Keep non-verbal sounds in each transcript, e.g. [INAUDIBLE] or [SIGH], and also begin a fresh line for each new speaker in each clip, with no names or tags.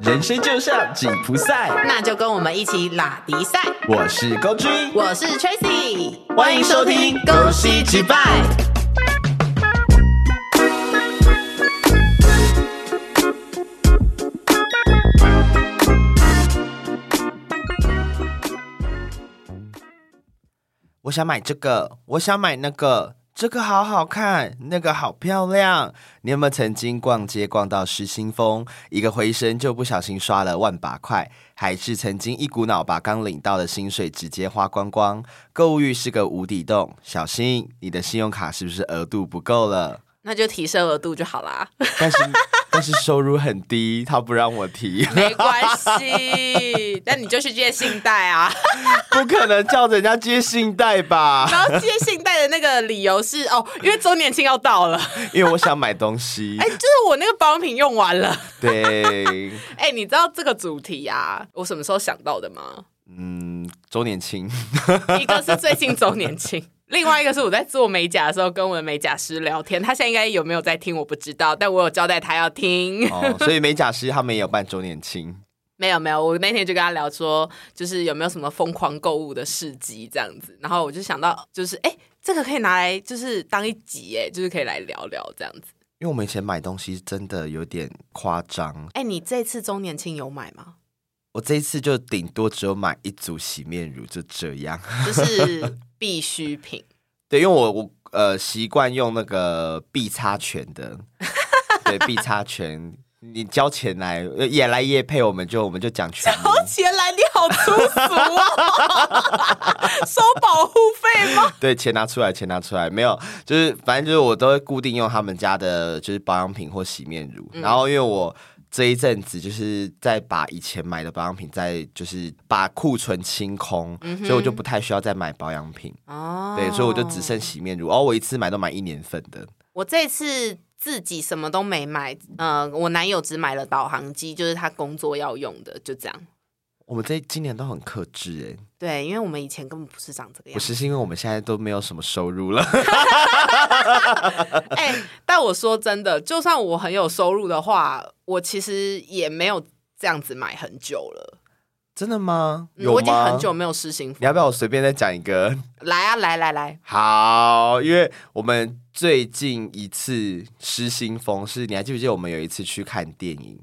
人生就像紧箍赛。
那就跟我们一起拉迪赛。
我是高君，
我是 Tracy，
欢迎收听《
恭
恭
喜
喜击
击
败
败》。》。
我想买这个，我想买那个，这个好好看，那个好漂亮。你有没有曾经逛街逛到失心疯，一个回身就不小心刷了万把块？还是曾经一股脑把刚领到的薪水直接花光光？购物欲是个无底洞，小心你的信用卡是不是额度不够了？
那就提升额度就好 [LAUGHS] 啦，
但是 [LAUGHS] 但是收入很低，他不让我提，
没关系。那你就去借信贷 [LAUGHS] 啊，
[LAUGHS] 不可能叫人家接信贷吧？ [LAUGHS]
然后借信贷的那个理由是哦，因为周年庆要到了，
因为我想买东西
哎、。就是我那个保养品用完了。
对，
哎、你知道这个主题啊，我什么时候想到的吗？
嗯，周年庆。
一个是最近周年 [LAUGHS] 庆。另外一个是我在做美甲的时候跟我的美甲师聊天，他现在应该有没有在听我不知道，但我有交代他要听。
哦，所以美甲师他们也有办周年庆，
没有没有，我那天就跟他聊说，就是有没有什么疯狂购物的事迹这样子，然后我就想到，就是哎、诶这个可以拿来就是当一集哎，就是可以来聊聊这样子。
因为我们以前买东西真的有点夸张，
哎、你这次周年庆有买吗？ [LAUGHS]
我这一次就顶多只有买一组洗面乳，就这样。 [LAUGHS]
就是必需 [LAUGHS] 品，
对，因为我我呃习惯用那个必擦拳的，对，必擦拳。你交钱来，呃也来也配，我们就我们就讲全名。
掏哦钱来你好粗俗哦， [LAUGHS] 收保护费吗？
对，钱拿出来，钱拿出来，没有，就是反正就是我都会固定用他们家的，就是保养品或洗面乳。
嗯
然后因为我这一阵子就是在把以前买的保养品再就是把库存清空，所以我就不太需要再买保养品。
嗯哦
对，所以我就只剩洗面乳。哦，我一次买都买一年份的。
我这次自己什么都没买，呃，我男友只买了导航机，就是他工作要用的，就这样。
我们这今年都很克制哎，
对，因为我们以前根本不是长这个样
不
子。
是是因为我们现在都没有什么收入了。 [LAUGHS]
哎、但我说真的，就算我很有收入的话，我其实也没有这样子买很久了。
真的吗？
嗯
有吗？
我已经很久没有失心疯。
你要不要我随便再讲一个？
来啊，来来来，
好，因为我们最近一次失心疯是，你还记不记得我们有一次去看电影？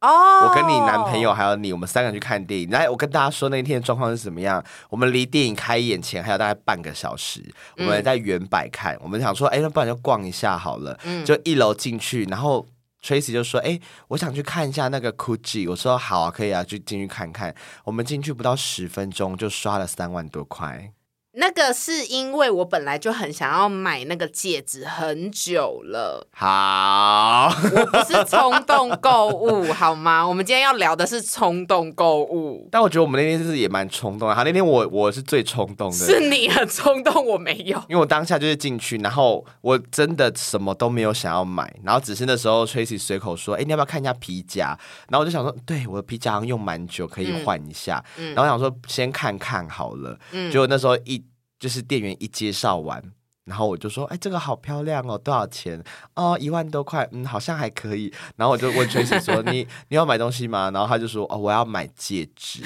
哦，
我跟你男朋友啊还有你，我们三个人去看电影。来，我跟大家说那天的状况是怎么样？我们离电影开演前还有大概半个小时，我
嗯
们在原百看，我们想说，哎、那不然就逛一下好了。
嗯
就一楼进去，然后 Tracy 就说：“哎、我想去看一下那个 Gucci。”我说：“好啊，可以啊，就进去看看。”我们进去不到十分钟就刷了三万多块。
那个是因为我本来就很想要买那个戒指很久了，
好，
我不是冲动购物好吗？我 [LAUGHS] 们今天要聊的是冲动购物，
但我觉得我们那天就是也蛮冲动的。好，那天我我是最冲动的，
是你很冲动，我没有。
因为我当下就是进去，然后我真的什么都没有想要买，然后只是那时候 Tracy 随口说：“哎、你要不要看一下皮夹？”然后我就想说：“对，我的皮夹好像用蛮久，可以换一下。
嗯嗯
然后想说先看看好了。
嗯
结果那时候一就是店员一介绍完。然后我就说，哎，这个好漂亮哦，多少钱？哦，一万多块，嗯，好像还可以。然后我就问 Tracy 说，你你要买东西吗？然后他就说，哦，我要买戒指。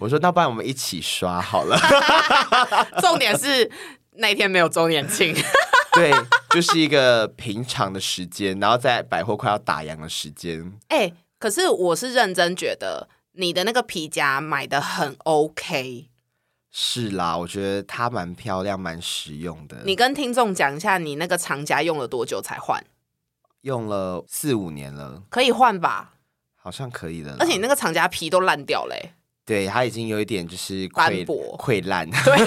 我说，那不然我们一起刷好了。
重点是那一天没有周年庆，
对，就是一个平常的时间，然后在百货快要打烊的时间，
哎、可是我是认真觉得你的那个皮夹买的很 OK。
是啦，我觉得它蛮漂亮，蛮实用的。
你跟听众讲一下，你那个长夹用了多久才换？
用了四五年了，
可以换吧？
好像可以了啦。
而且你那个长夹皮都烂掉嘞、
对它已经有一点就是溃
斑驳
溃
[LAUGHS]
烂，对，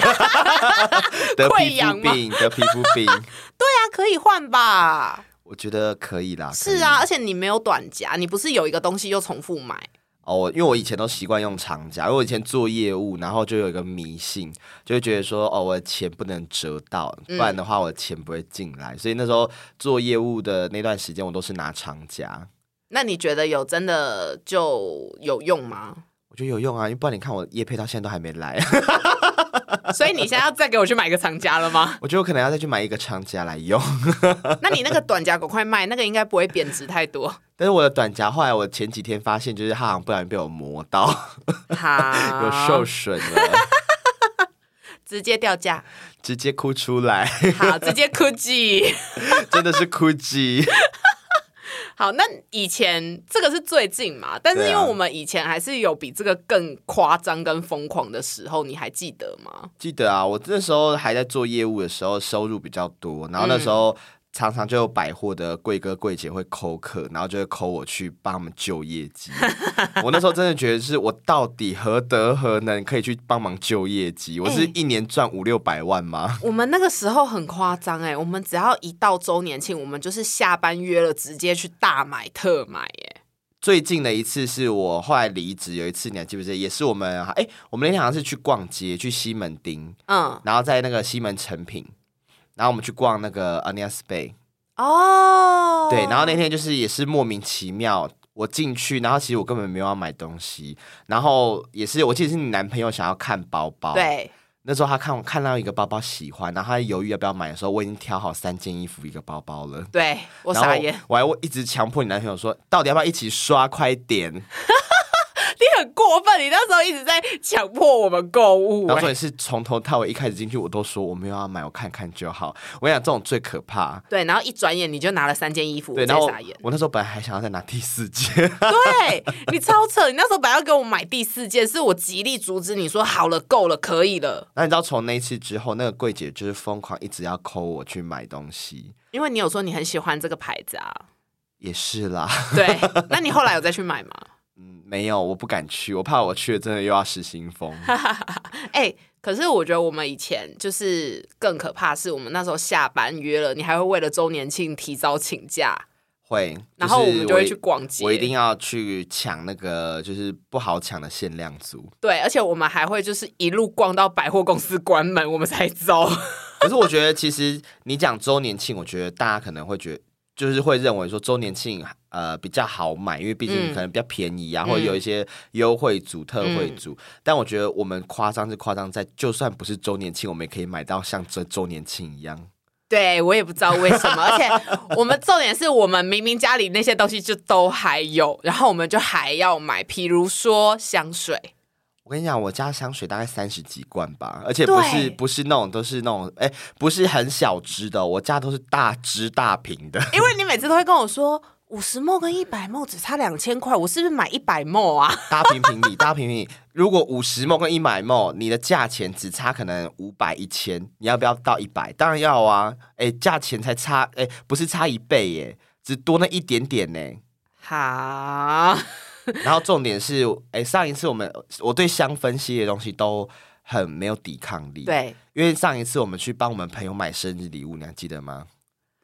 得
溃
皮
疡
肤
吗
病，得皮肤病，
对啊，可以换吧？
我觉得可以啦。啊可以
是啊，，而且你没有短夹，你不是有一个东西又重复买？
哦，我因为我以前都习惯用长夹，因为我以前做业务，然后就有一个迷信，就会觉得说，哦，我的钱不能折到，不然的话我的钱不会进来。所以那时候做业务的那段时间，我都是拿长夹，
那你觉得有真的就有用吗？
我觉得有用啊，因为不然你看我业配到现在都还没来， [LAUGHS]
所以你现在要再给我去买一个长夹了
[LAUGHS]
吗？
我觉得我可能要再去买一个长夹来用。
那你那个短夹赶快卖，那个应该不会贬值太多。
但是我的短夹后来我前几天发现，就是它好像不小心被我磨到，
好，
[LAUGHS] 有受损了， [LAUGHS]
直接掉价，
直接哭出来，
好，直接 Gucci。
真的是哭泣。
好，那以前这个是最近嘛，但是因
对
为
啊
我们以前还是有比这个更夸张、更疯狂的时候，你还记得吗？
记得啊，我那时候还在做业务的时候，收入比较多，然后那时候常常就有百货的贵哥贵姐会扣客，然后就会扣我去帮他们救业绩。 [LAUGHS] 我那时候真的觉得是我到底何德何能可以去帮忙救业绩？我是一年赚五六百万吗？ [LAUGHS]
我们那个时候很夸张哎，我们只要一到周年庆，我们就是下班约了，直接去大买特买哎、
最近的一次是我后来离职，有一次你还记不记得？也是我们哎、我们那天好像是去逛街，去西门町，
嗯，
然后在那个西门成品，然后我们去逛那个 Ania Space。
哦，
对，然后那天就是也是莫名其妙，我进去，然后其实我根本没有要买东西，然后也是我记得是你男朋友想要看包包，，
对，
那时候他看我看到一个包包喜欢，然后他犹豫要不要买的时候，我已经挑好三件衣服一个包包了。
对我
然后
傻眼，
我还我一直强迫你男朋友说，到底要不要一起刷，快点！ [LAUGHS]
你很过分，你那时候一直在强迫我们购物、
然后
欸
说，你是从头到尾一开始进去，我都说我没有要买，我看看就好。我想这种最可怕。
对，然后一转眼你就拿了三件衣服，我
对，
直接
然后
傻眼。
我那时候本来还想要再拿第四件，
[LAUGHS] 对你超扯，你那时候本来要给我买第四件，是我极力阻止你说好了，够了，可以了，
那你知道从那一次之后，那个柜姐就是疯狂一直要抠我去买东西，
因为你有说你很喜欢这个牌子啊。
也是啦。 [LAUGHS]
对， [LAUGHS] 那你后来有再去买吗？
嗯，没有，我不敢去，我怕我去了真的又要失心
[LAUGHS]
疯。
哎、可是我觉得我们以前就是更可怕，是我们那时候下班约了，你还会为了周年庆提早请假，
会，
然后
是
我们就会去逛街。
我一定要去抢那个就是不好抢的限量组。
对，而且我们还会就是一路逛到百货公司关门，我们才走。
可是我觉得，其实你讲周年庆，我觉得大家可能会觉得。就是会认为说周年庆呃比较好买，因为毕竟
嗯
可能比较便宜啊，
嗯
或者有一些优惠组、特惠组。但我觉得我们夸张是夸张在，就算不是周年庆，我们也可以买到像这周年庆一样。
对我也不知道为什么，而且我们重点是我们明明家里那些东西就都还有，然后我们就还要买，比如说香水，
我跟你讲，我家香水大概三十几罐吧，而且不
对
是不是那种都是那种哎、不是很小支的哦，我家都是大支大瓶的。
因为你每次都会跟我说五十梦跟一百梦只差两千块，我是不是买一百梦啊？
大家评评理，大家评评理。如果五十梦跟一百梦，你的价钱只差可能五百一千，你要不要到一百？当然要啊！哎、价钱才差，哎、不是差一倍耶，只多那一点点呢。
好，
然后重点是，哎、上一次我们我对香氛系列的东西都很没有抵抗力，，
对，
因为上一次我们去帮我们朋友买生日礼物，你还记得吗？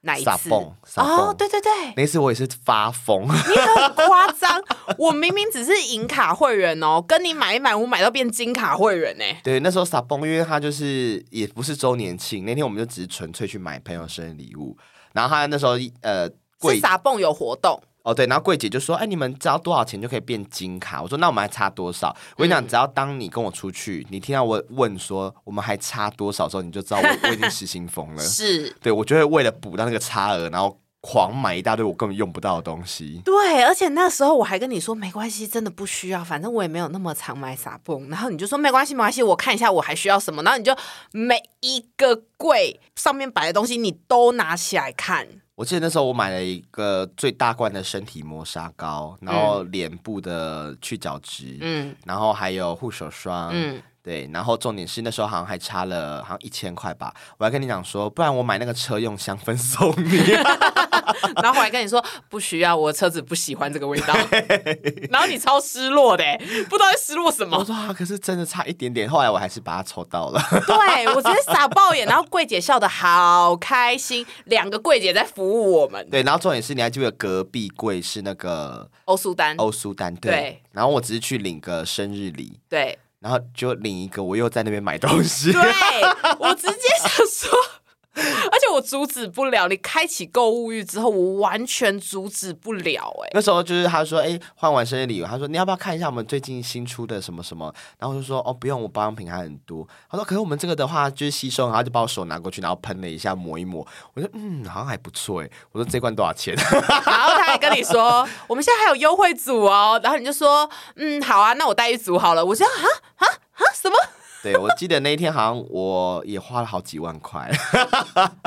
哪一
撒
次？
蹦撒蹦
哦，对对对，
那次我也是发疯，
你很夸张，我明明只是银卡会员哦，跟你买一买，我买到变金卡会员欸呢、
对，那时候撒崩，因为他就是也不是周年庆，那天我们就只是纯粹去买朋友生日礼物，然后他那时候呃
是
柜
撒蹦有活动，
哦对，然后柜姐就说，哎，你们只要多少钱就可以变金卡？我说那我们还差多少？我跟你讲，只要当你跟我出去，你听到我问说我们还差多少的时候，你就知道我我已经失心疯了。
[LAUGHS] 是
对，我就会为了补到那个差额，然后狂买一大堆我根本用不到的东西。
对，而且那时候我还跟你说没关系，真的不需要，反正我也没有那么常买撒蹦。然后你就说没关系，没关系，我看一下我还需要什么。然后你就每一个柜上面摆的东西你都拿起来看，
我记得那时候我买了一个最大罐的身体磨砂膏，然后脸部的去角质，
[LAUGHS] 嗯
然后还有护手霜，
嗯，
对，然后重点是那时候好像还差了好像一千块吧，我还跟你讲说，不然我买那个车用香氛送你， [LAUGHS]
然后我还跟你说不需要，我车子不喜欢这个味道。然后你超失落的欸，不知道在失落什
我
么。
说啊，可是真的差一点点，后来我还是把它抽到
[LAUGHS]
了，
对我直接傻爆眼，然后柜姐笑得好开心，两个柜姐在服务我们。
对，然后重点是你还记得隔壁柜是那个
欧苏丹，
欧舒丹，对，
嗯对
然后我只是去领个生日礼，
对。
然后就领一个，我又在那边买东西，
对我直接想说，而且我阻止不了。你开启购物欲之后，我完全阻止不了、欸。哎，
那时候就是他说，哎、换完生日礼物，他说你要不要看一下我们最近新出的什么什么？然后我就说，哦，不用，我保养品还很多。他说，可是我们这个的话就是吸收，然后就把我手拿过去，然后喷了一下，抹一抹。我说，嗯，好像还不错哎。我说这罐多少钱？ [LAUGHS]
然后他还跟你说，我们现在还有优惠组哦。然后你就说，嗯，好啊，那我带一组好了。我说，啊啊啊，什么？
对我记得那一天好像我也花了好几万块。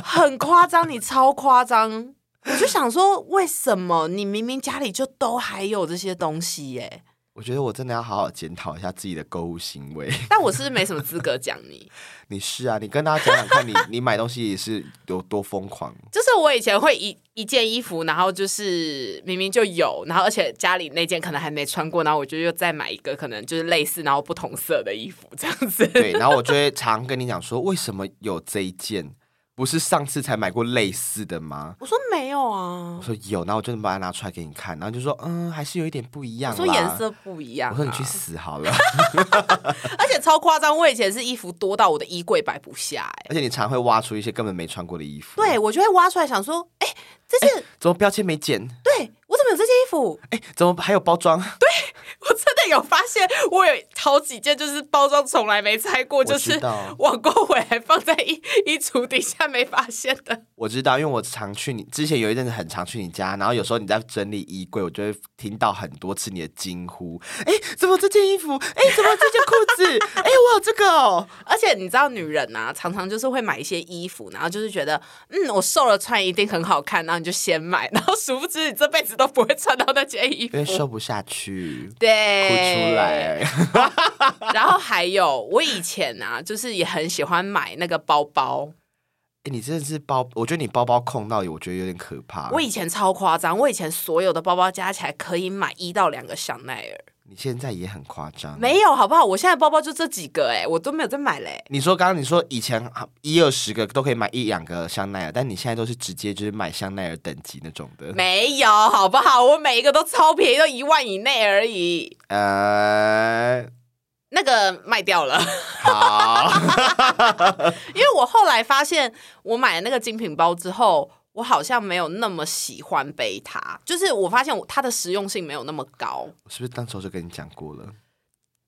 很夸张，你超夸张。我就想说，为什么你明明家里就都还有这些东西欸耶、
我觉得我真的要好好检讨一下自己的购物行为。 [LAUGHS]
但我是不是没什么资格讲你？
你是啊，你跟大家讲讲看你， [LAUGHS] 你买东西也是有多疯狂。
就是我以前会一一件衣服，然后就是明明就有，然后而且家里那件可能还没穿过，然后我就又再买一个可能就是类似然后不同色的衣服这样子。
对，然后我就会常跟你讲说，为什么有这一件？不是上次才买过类似的吗？
我说没有啊
我，说有，然后我就把它拿出来给你看，然后就说，嗯，还是有一点不一样
[LAUGHS] 我
啦。
说颜色不一样、
我
啊。
说你去死好了， [LAUGHS]
而且超夸张，我以前是衣服多到我的衣柜摆不下、哎，
而且你常会挖出一些根本没穿过的衣服。
对，我就会挖出来想说，哎、这件、
怎么标签没剪？
对我怎么有这件衣服？
哎，怎么还有包装？
[LAUGHS] 我真的有发现，我有好几件就是包装从来没拆过，就
知
是
道
网购回来放在衣衣橱底下没发现的。
我知道，因为我常去你之前有一阵子很常去你家，然后有时候你在整理衣柜，我就会听到很多次你的惊呼：“哎，怎么这件衣服？哎，怎么这件裤子？哎，我有这个哦！
而且你知道，女人啊，常常就是会买一些衣服，然后就是觉得，嗯，我瘦了穿一定很好看，然后你就先买， [LAUGHS] 然后殊不知你这辈子都不会穿到那件衣
因为
服。
瘦不下去，哭
对，
出。来。
哎然后还有，我以前啊，就是也很喜欢买那个包包。
哎、你真的是包，我觉得你包包控到底，我觉得有点可怕。
我以前超夸张，我以前所有的包包加起来可以买一到两个香奈儿。
你现在也很夸张。
没有，好不好？我现在包包就这几个、哎，我都没有再买嘞、
你说刚刚你说以前啊一二十个都可以买一两个香奈儿，但你现在都是直接就是买香奈儿等级那种的。
没有，好不好？我每一个都超便宜，都一万以内而已。
呃，
那个卖掉了，
好， [LAUGHS]
因为我后来发现，我买了那个精品包之后，我好像没有那么喜欢背它，就是我发现我它的实用性没有那么高。
我是不是当时候就跟你讲过了？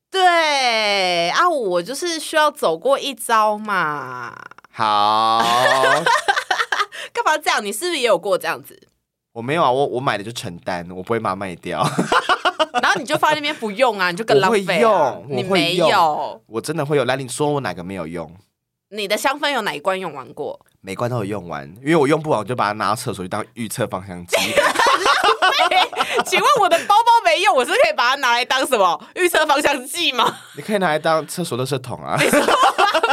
对啊，我就是需要走过一遭嘛。
好， [LAUGHS]
干嘛这样？你是不是也有过这样子？
我没有啊，我我买的就承担，我不会把它卖掉。 [LAUGHS]
然后你就放在那边不用啊，你就更浪费、啊
我。会用
你
我会
没
用
有，
我真的会有，来你说我哪个没有用？
你的香氛有哪一罐用完过？
每罐都有用完，因为我用不完，我就把它拿到厕所去当预测方向机。 [LAUGHS]
哎请问我的包包没用，我是可以把它拿来当什么预测方向剂吗？ [LAUGHS]
你可以拿来当厕所垃圾桶啊，
放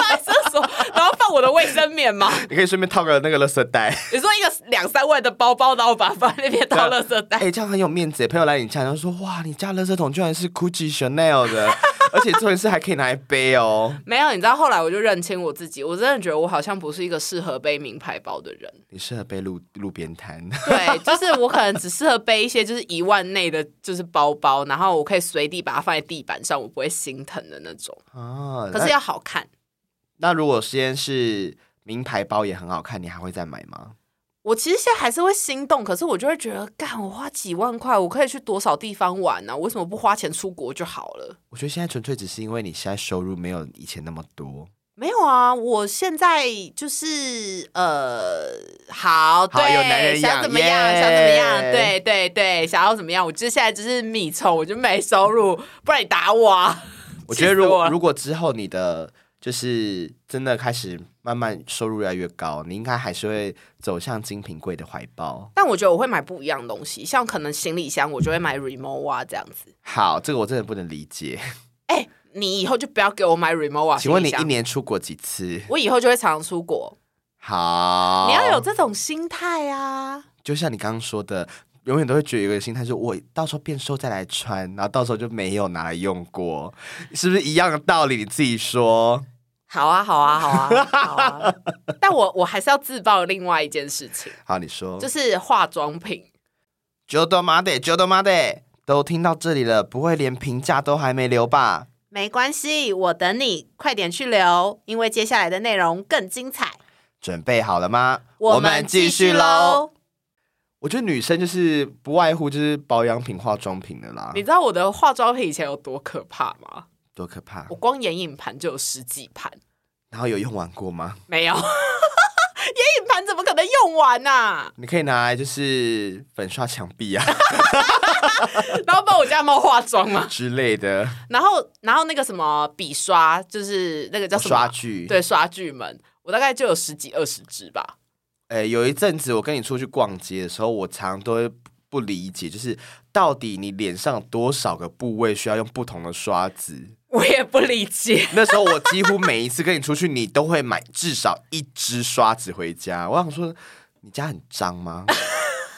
在厕所，然后放我的卫生棉吗？
你可以顺便套个那个垃圾袋。
[LAUGHS] 你说一个两三万的包包，然后我把它放在那边当垃圾
哎、
袋，
这样很有面子耶。朋友来你家，然后说：“哇，你家垃圾桶居然是 Gucci Chanel 的，而且重点是还可以拿来背哦。
没有，你知道后来我就认清我自己，我真的觉得我好像不是一个适合背名牌包的人。”
你适合背路路边摊，
对，就是我可能只适合背一些就是一万内的，就是包包，然后我可以随地把它放在地板上，我不会心疼的那种。
哦。
可是
那
要好看，
那如果先是名牌包也很好看，你还会再买吗？
我其实现在还是会心动，可是我就会觉得，干，我花几万块，我可以去多少地方玩呢、啊？为什么不花钱出国就好了？
我觉得现在纯粹只是因为你现在收入没有以前那么多。
没有啊，我现在就是呃，好，对，
有男人
想
样
怎么样，
耶
想怎么样，对对对，想要怎么样？我就是现在就是米虫，我就没收入，不然你打我啊！
我
气
觉得如
死我
果
了
如果之后你的就是真的开始慢慢收入越来越高，你应该还是会走向精品柜的怀抱。
但我觉得我会买不一样的东西，像可能行李箱，我就会买 Remova 这样子。
好，这个我真的不能理解。
哎、你以后就不要给我买 Remova
请问你一
行李箱
年出国几次？
我以后就会常常出国。
好，
你要有，这种心态啊！
就像你刚刚说的，永远都会觉得有一个心态，是我到时候变瘦再来穿，然后到时候就没有拿来用过，是不是一样的道理？你自己说，
好啊，好啊，好啊，好
[LAUGHS]
啊！但我我还是要自爆另外一件事情，
好，你说
就。是化妆品。
Jodo m a d e j o d o m a d e 都听到这里了，不会连评价都还没留吧？
没关系，我等你，快点去留，因为接下来的内容更精彩。
准备好了吗？
喽。。
我觉得女生就是不外乎就是保养品、化妆品的啦
你，知道我的化妆品以前有多可怕吗？
多可怕
我！光眼影盘就有十几盘，
然后有用完过吗？
没有 [LAUGHS] 眼影盘怎么可能用完啊呐、
你可以拿来就是粉刷墙壁啊 [LAUGHS]
然后帮我家猫化妆嘛，
之类的，
然后然后那个什么笔刷，就是那个叫什么
刷具。，
对刷具们，我大概就有十几二十支吧。
呃，有一阵子我跟你出去逛街的时候，我常都会不理解，就是到底你脸上有多少个部位需要用不同的刷子？
我也不理解，
那时候我几乎每一次跟你出去，你都会买至少一支刷子回家。我想说，你家很脏吗？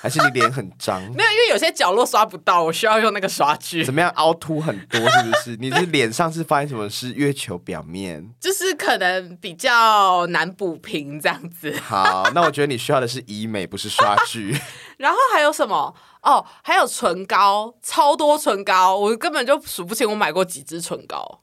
还是你脸很脏？
没有，因为有些角落刷不到，我需要用那个刷具，
怎么样凹凸很多是不是？你是脸上是发生什么事？月球表面？
就是可能比较难补平这样子。
好，那我觉得你需要的是医美，不是刷具。
[LAUGHS]
[LAUGHS]
然后还有什么？哦，还有唇膏，超多唇膏，我根本就数不清我买过几支唇膏。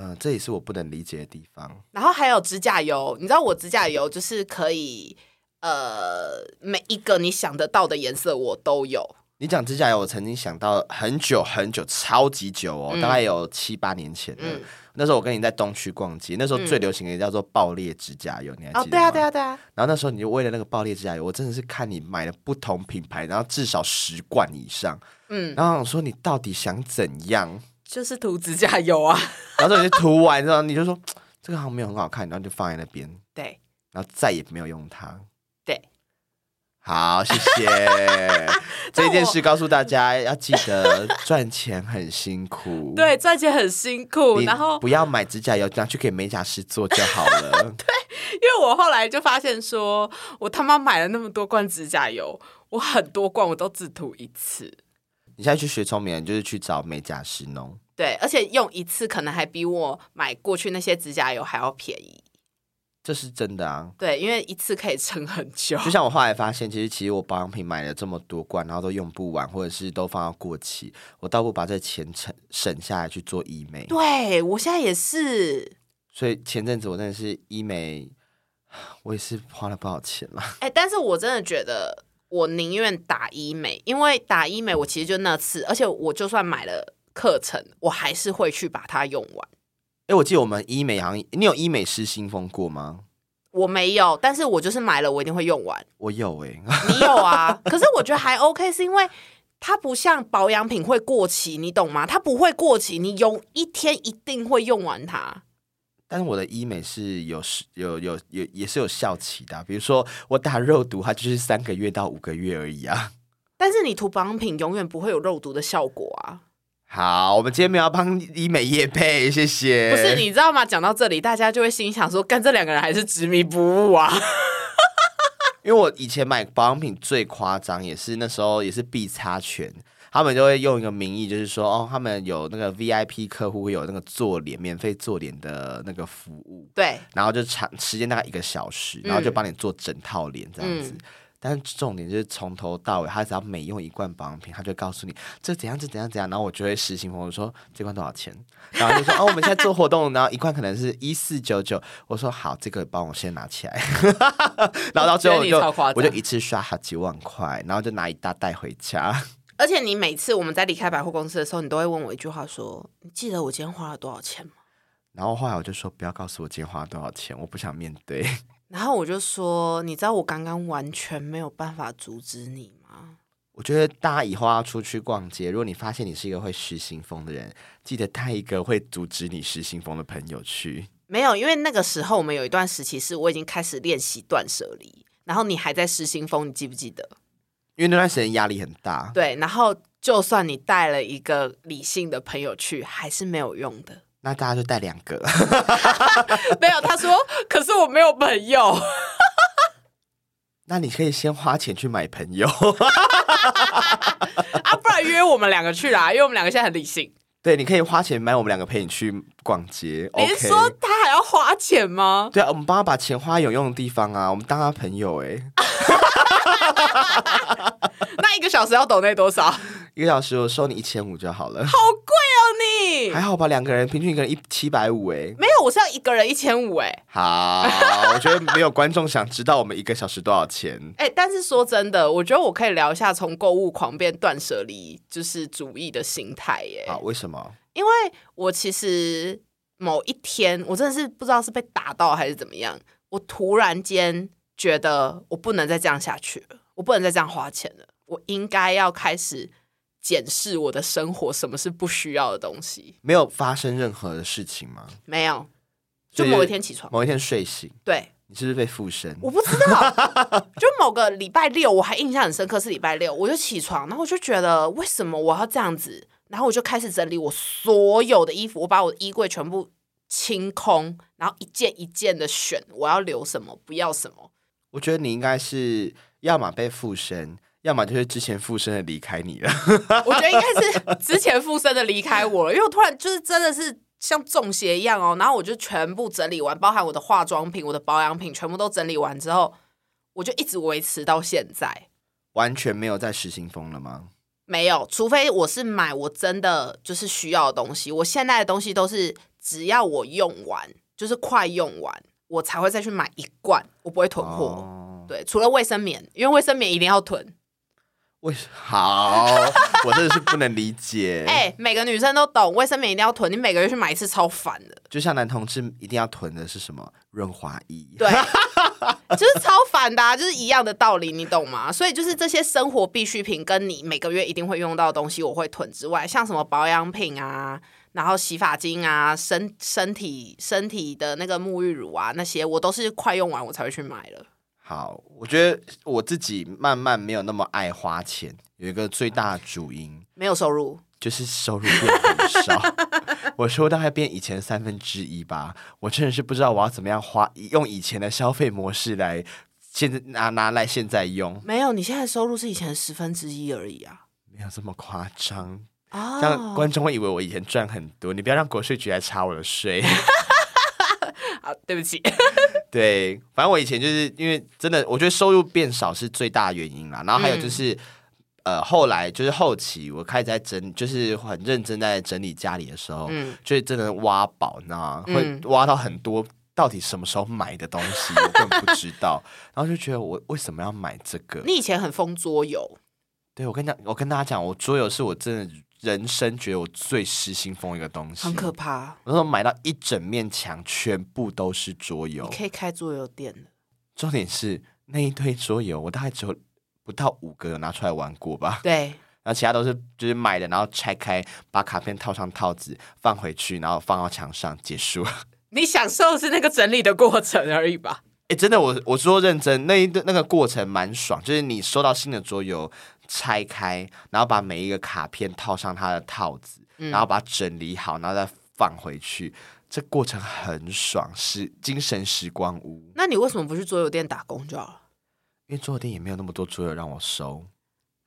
嗯、这也是我不能理解的地方。
然后还有指甲油，你知道我指甲油就是可以，呃，每一个你想得到的颜色我都有。
你讲指甲油，我曾经想到很久很久，超级久哦，
嗯
大概有七八年前了。
嗯
那时候我跟你在东区逛街，那时候最流行的叫做爆裂指甲油，你还记得
哦
吗？，
对啊，对啊，对啊，
然后那时候你就为了那个爆裂指甲油，我真的是看你买了不同品牌，然后至少十罐以上，
嗯，
然后我想说你到底想怎样？
就是涂指甲油啊。
然后你就涂完，然后你就说嘖这个好像没有很好看，然后就放在那边，
[LAUGHS] 对
然后再也没有用它。
对，
好，谢
[LAUGHS]
谢。这件事告诉大家要记得赚钱很辛苦。。
[LAUGHS] 对，赚钱很辛苦，
你
然后
不要买指甲油，拿去给美甲师做就好了。
[LAUGHS] 因为我后来就发现说，我他妈买了那么多罐指甲油，我很多罐我都只涂一次，
你现在去学聪明人，就是去找美甲师弄。
对，而且用一次可能还比我买过去那些指甲油还要便宜，
这是真的啊！
对，因为一次可以撑很久。
就像我后来发现，其实其实我保养品买了这么多罐，然后都用不完，或者是都放到过期，我倒不如把这钱省省下来去做医美。
对我现在也是，
所以前阵子我真的是医美，我也是花了不少钱啦。
哎、但是我真的觉得，我宁愿打医美，因为打医美我其实就那次，而且我就算买了课程，我还是会去把它用完。
哎，我记得我们医美好像你有医美师新风过吗？
我没有，但是我就是买了，我一定会用完。
我有哎、
你有啊，可是我觉得还 OK，是因为它不像保养品会过期，你懂吗？它不会过期，你用一天一定会用完它。
[LAUGHS] 但是我的医美是有时有有有也是有效期的啊、比如说我打肉毒，它就是三个月到五个月而已啊。
但是你涂保养品永远不会有肉毒的效果啊！
好，我们今天没有要帮医美业配，谢谢。
不是，你知道吗？讲到这里，大家就会心想说：“干这两个人还是执迷不悟啊，
因为我以前买保养品最夸张，也是那时候也是必擦权，他们就会用一个名义，就是说哦，他们有那个 VIP 客户会有那个做脸免费做脸的那个服务！”
[LAUGHS] 对，
然后就长时间大概一个小时，然后就帮你做整套脸这样子。
嗯
但是重点就是从头到尾，他只要每用一罐保养品，他就告诉你这怎样这怎样怎样，然后我就会实行我说这罐多少钱，然后就说哦我们现在做活动，然后一罐可能是一四九九，我说好这个帮我先拿起来， [LAUGHS] 然后到最后我
我觉得
就
你超夸
我
张
就一次刷好几万块，然后就拿一大袋回家。 [LAUGHS]
而且你每次我们在离开百货公司的时候，你都会问我一句话说：“你记得我今天花了多少钱吗
然后后来我就说不要告诉我今天花了多少钱，我不想面对。？”
然后我就说：“你知道我刚刚完全没有办法阻止你吗？”
我觉得大家以后要出去逛街，如果你发现你是一个会失心疯的人，记得带一个会阻止你失心疯的朋友去。
没有，因为那个时候我们有一段时期是我已经开始练习断舍离，然后你还在失心疯，你记不记得？
因为那段时间压力很大，
对，然后就算你带了一个理性的朋友去，还是没有用的。
那大家就带两个。 [LAUGHS]
[LAUGHS] 没有，他说，可是我没有朋友。
那你可以先花钱去买朋友， [LAUGHS]
啊，不然约我们两个去啦，因为我们两个现在很理性。
对，你可以花钱买我们两个陪你去逛街。
你
OK
是说他还要花钱吗？
对啊，我们帮他把钱花有用的地方啊，我们当他朋友哎、
那一个小时要抖内多少？好 [LAUGHS]
一个小时我收你一千五就好了，
贵哦你！
还好吧？两个人平均一个人一七百五哎，
没有，我是要一个人一千五哎
好，我觉得没有观众想知道我们一个小时多少钱。
哎，但是说真的，我觉得我可以聊一下从购物狂变断舍离就是主义的心态耶。
好，为什么？
因为我其实某一天，我真的是不知道是被打到还是怎么样，我突然间觉得我不能再这样下去了，我不能再这样花钱了，我应该要开始检视我的生活，什么是不需要的东西。
没有发生任何的事情吗？
没有，就
所以
某一天起床，
某一天睡醒，
对，
你是不是被附身？
我不知道， [LAUGHS] 就某个礼拜六，我还印象很深刻，是礼拜六，我就起床，然后我就觉得为什么我要这样子，然后我就开始整理我所有的衣服，我把我的衣柜全部清空，然后一件一件的选我要留什么，不要什么。
我觉得你应该是要么被附身，要么就是之前附身的离开你了。 [LAUGHS]
我觉得应该是 [LAUGHS] 之前附身的离开我了，因为我突然就是真的是像中邪一样哦，然后我就全部整理完，包含我的化妆品、我的保养品，全部都整理完之后，我就一直维持到现在。
完全没有在实行风了吗？
没有，除非我是买我真的就是需要的东西。我现在的东西都是只要我用完，就是快用完，我才会再去买一罐，我不会囤货。
哦，
对，除了卫生棉，因为卫生棉一定要囤。
为什好？ [LAUGHS] 我真的是不能理解。
[LAUGHS] 哎、每个女生都懂，卫生棉一定要囤，你每个月去买一次超烦的，
就像男同志一定要囤的是什么润滑液？
对，就是超烦的、啊，就是一样的道理，你懂吗？所以就是这些生活必需品跟你每个月一定会用到的东西，我会囤之外，像什么保养品啊，然后洗发精啊，身身体身体的那个沐浴乳啊，那些我都是快用完我才会去买了。
好，我觉得我自己慢慢没有那么爱花钱，有一个最大的主因
没有收入，
就是收入变很少。我收入大概变以前三分之一吧，我真的是不知道我要怎么样花，用以前的消费模式来现在拿拿来现在用，
没有，你现在收入是以前的十分之一而已啊。
没有这么夸张。
啊
这样观众会以为我以前赚很多，你不要让国税局来查我的税。
好，对不起，
对，反正我以前就是因为真的，我觉得收入变少是最大原因啦。然后还
嗯
有就是，呃，后来就是后期我开始在整，就是很认真在整理家里的时候，
嗯
就是真的挖宝，你知道吗？会
嗯
挖到很多到底什么时候买的东西，我根本不知道。然后就觉得我为什么要买这个？
[LAUGHS] 你以前很疯桌游，
对我跟你讲，我跟大家讲，我桌游是我真的人生觉得我最失心疯一个东西。
很可怕，
我那时候买到一整面墙全部都是桌游
你，可以开桌游店了。
重点是那一堆桌游，我大概只有不到五个有拿出来玩过吧，
对，
然后其他都是就是买的，然后拆开，把卡片套上套子，放回去，然后放到墙上结束。 [LAUGHS]
你享受的是那个整理的过程而已吧？
哎，真的，我我说认真，那一那个过程蛮爽，就是你收到新的桌游，拆开，然后把每一个卡片套上它的套子，然后把它整理好，然后再放回去，这过程很爽，是精神时光屋。
那你为什么不去桌游店打工就好了？
因为桌游店也没有那么多桌游让我收，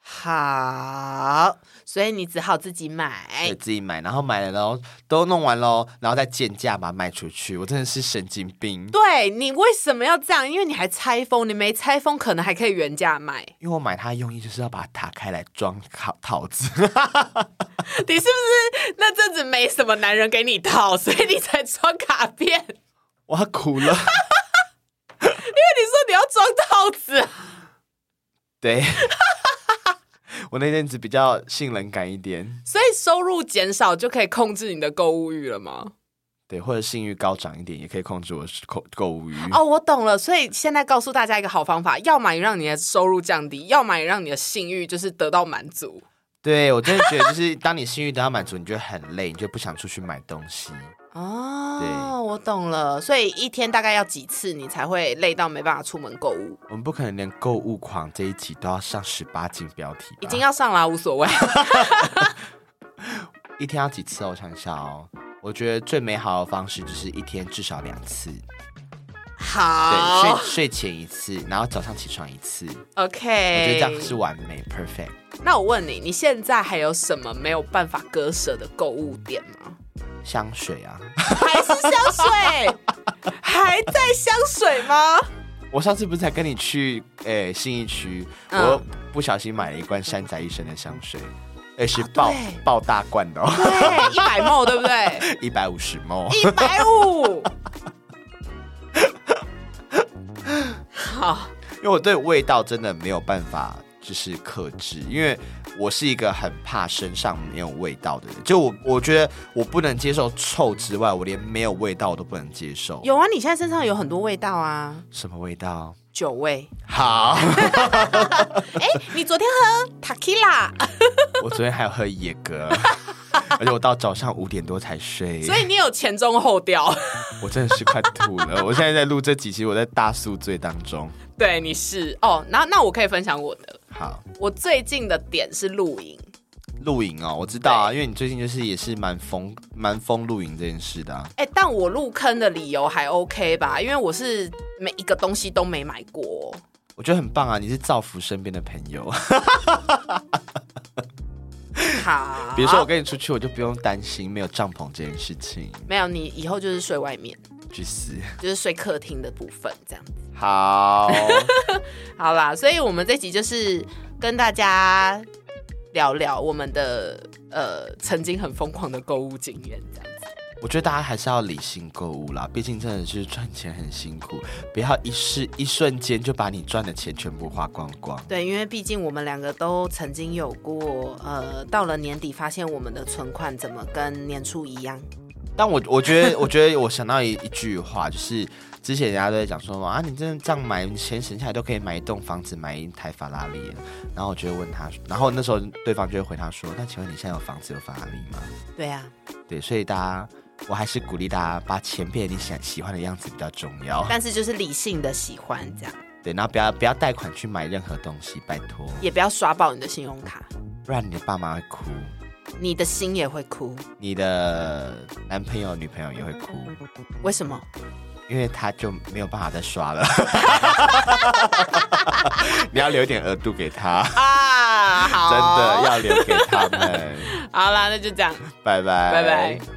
好，所以你只好自己
对
买。
自己买，然后买了，然后都弄完喽，然后再贱价把它卖出去，我真的是神经病。
对你为什么要这样？因为你还拆封，你没拆封可能还可以原价卖。
因为我买它的用意就是要把它打开来装套套
[LAUGHS]
子，
你是不是那阵子没什么男人给你套，所以你才装卡片？ [LAUGHS] 因
我要哭了。
为你说你要装套子啊，
对， [LAUGHS] 我那阵子比较性冷感一点，
所以收入减少就可以控制你的购物欲了吗？
对，或者性欲高涨一点，也可以控制我的购购物欲。
哦，我懂了。所以现在告诉大家一个好方法：要么你让你的收入降低，要么你让你的性欲就是得到满足。
对我真的觉得，就是当你性欲得到满足，你就会很累，你就不想出去买东西。
哦，
对
我懂了。所以一天大概要几次你才会累到没办法出门购物？
我们不可能连购物狂这一集都要上十八禁标题吧，
已经要上啦，无所谓。
一天要几次哦？我想一下哦。我觉得最美好的方式就是一天至少两次，对，
[LAUGHS]
睡
好
睡前一次，然后早上起床一次，
哎
我觉得这样是
，OK。
完美，perfect。
那我问你，你现在还有什么没有办法割舍的购物点吗？
香水啊， [LAUGHS]
还是香水？ [LAUGHS] 还在香水吗？
我上次不是才跟你去诶、信义区，
嗯
我不小心买了一罐山宅一生的香水，而是爆、
哦对
爆大罐的、哦， [LAUGHS]
对，一百毛，对不对？
一百五十毛。
一百五。 [LAUGHS] 好，
因为我对味道真的没有办法就是克制，因为我是一个很怕身上没有味道的人。就我我觉得我不能接受臭之外，我连没有味道我都不能接受。
有啊，你现在身上有很多味道啊，
什么味道？
酒味。
好， [LAUGHS]
哎、你昨天喝
[LAUGHS]
tequila，
我昨天还有喝野格， [LAUGHS] 而且我到早上五点多才睡，
所以你有前中后调。 [LAUGHS]
我真的是快吐了。 [LAUGHS] 我现在在录这几期，我在大宿醉当中。
对，你是哦。那那我可以分享我的，
好，
我最近的点是露营。
露营哦，我知道啊，因为你最近就是也是蛮疯蛮疯露营这件事的、啊。
哎、但我入坑的理由还 OK 吧，因为我是每一个东西都没买过。
我觉得很棒啊！你是造福身边的朋友，
好，
比如说我跟你出去，我就不用担心没有帐篷这件事情。
没有，你以后就是睡外面，
去死！
就是睡客厅的部分这样子。
好，
好啦，所以我们这集就是跟大家聊聊我们的呃曾经很疯狂的购物经验这样子。
[LAUGHS] 我觉得大家还是要理性购物啦，毕竟真的是赚钱很辛苦，不要一时一瞬间就把你赚的钱全部花光光。
对，因为毕竟我们两个都曾经有过，呃，到了年底发现我们的存款怎么跟年初一样。
但我我觉得，我 [LAUGHS] 觉得我想到一一句话，就是之前人家都在讲说啊，你真的这样买钱省下来都可以买一栋房子，买一台法拉利了。然后我就会问他，然后那时候对方就会回他说，那请问你现在有房子有法拉利吗？
对啊，
对，所以大家，我还是鼓励大家把钱变成你想喜欢的样子比较重要。
但是就是理性的喜欢这样，
对，然后不要不要贷款去买任何东西，拜托，
也不要刷爆你的信用卡，
不然你的爸妈会哭，
你的心也会哭。
你的男朋友女朋友也会哭，
为什么？
因为他就没有办法再刷了。 [LAUGHS] 你要留一点额度给他，
啊，
真
好，
的要留给他们。
好啦，那就这样，
拜拜，
拜拜。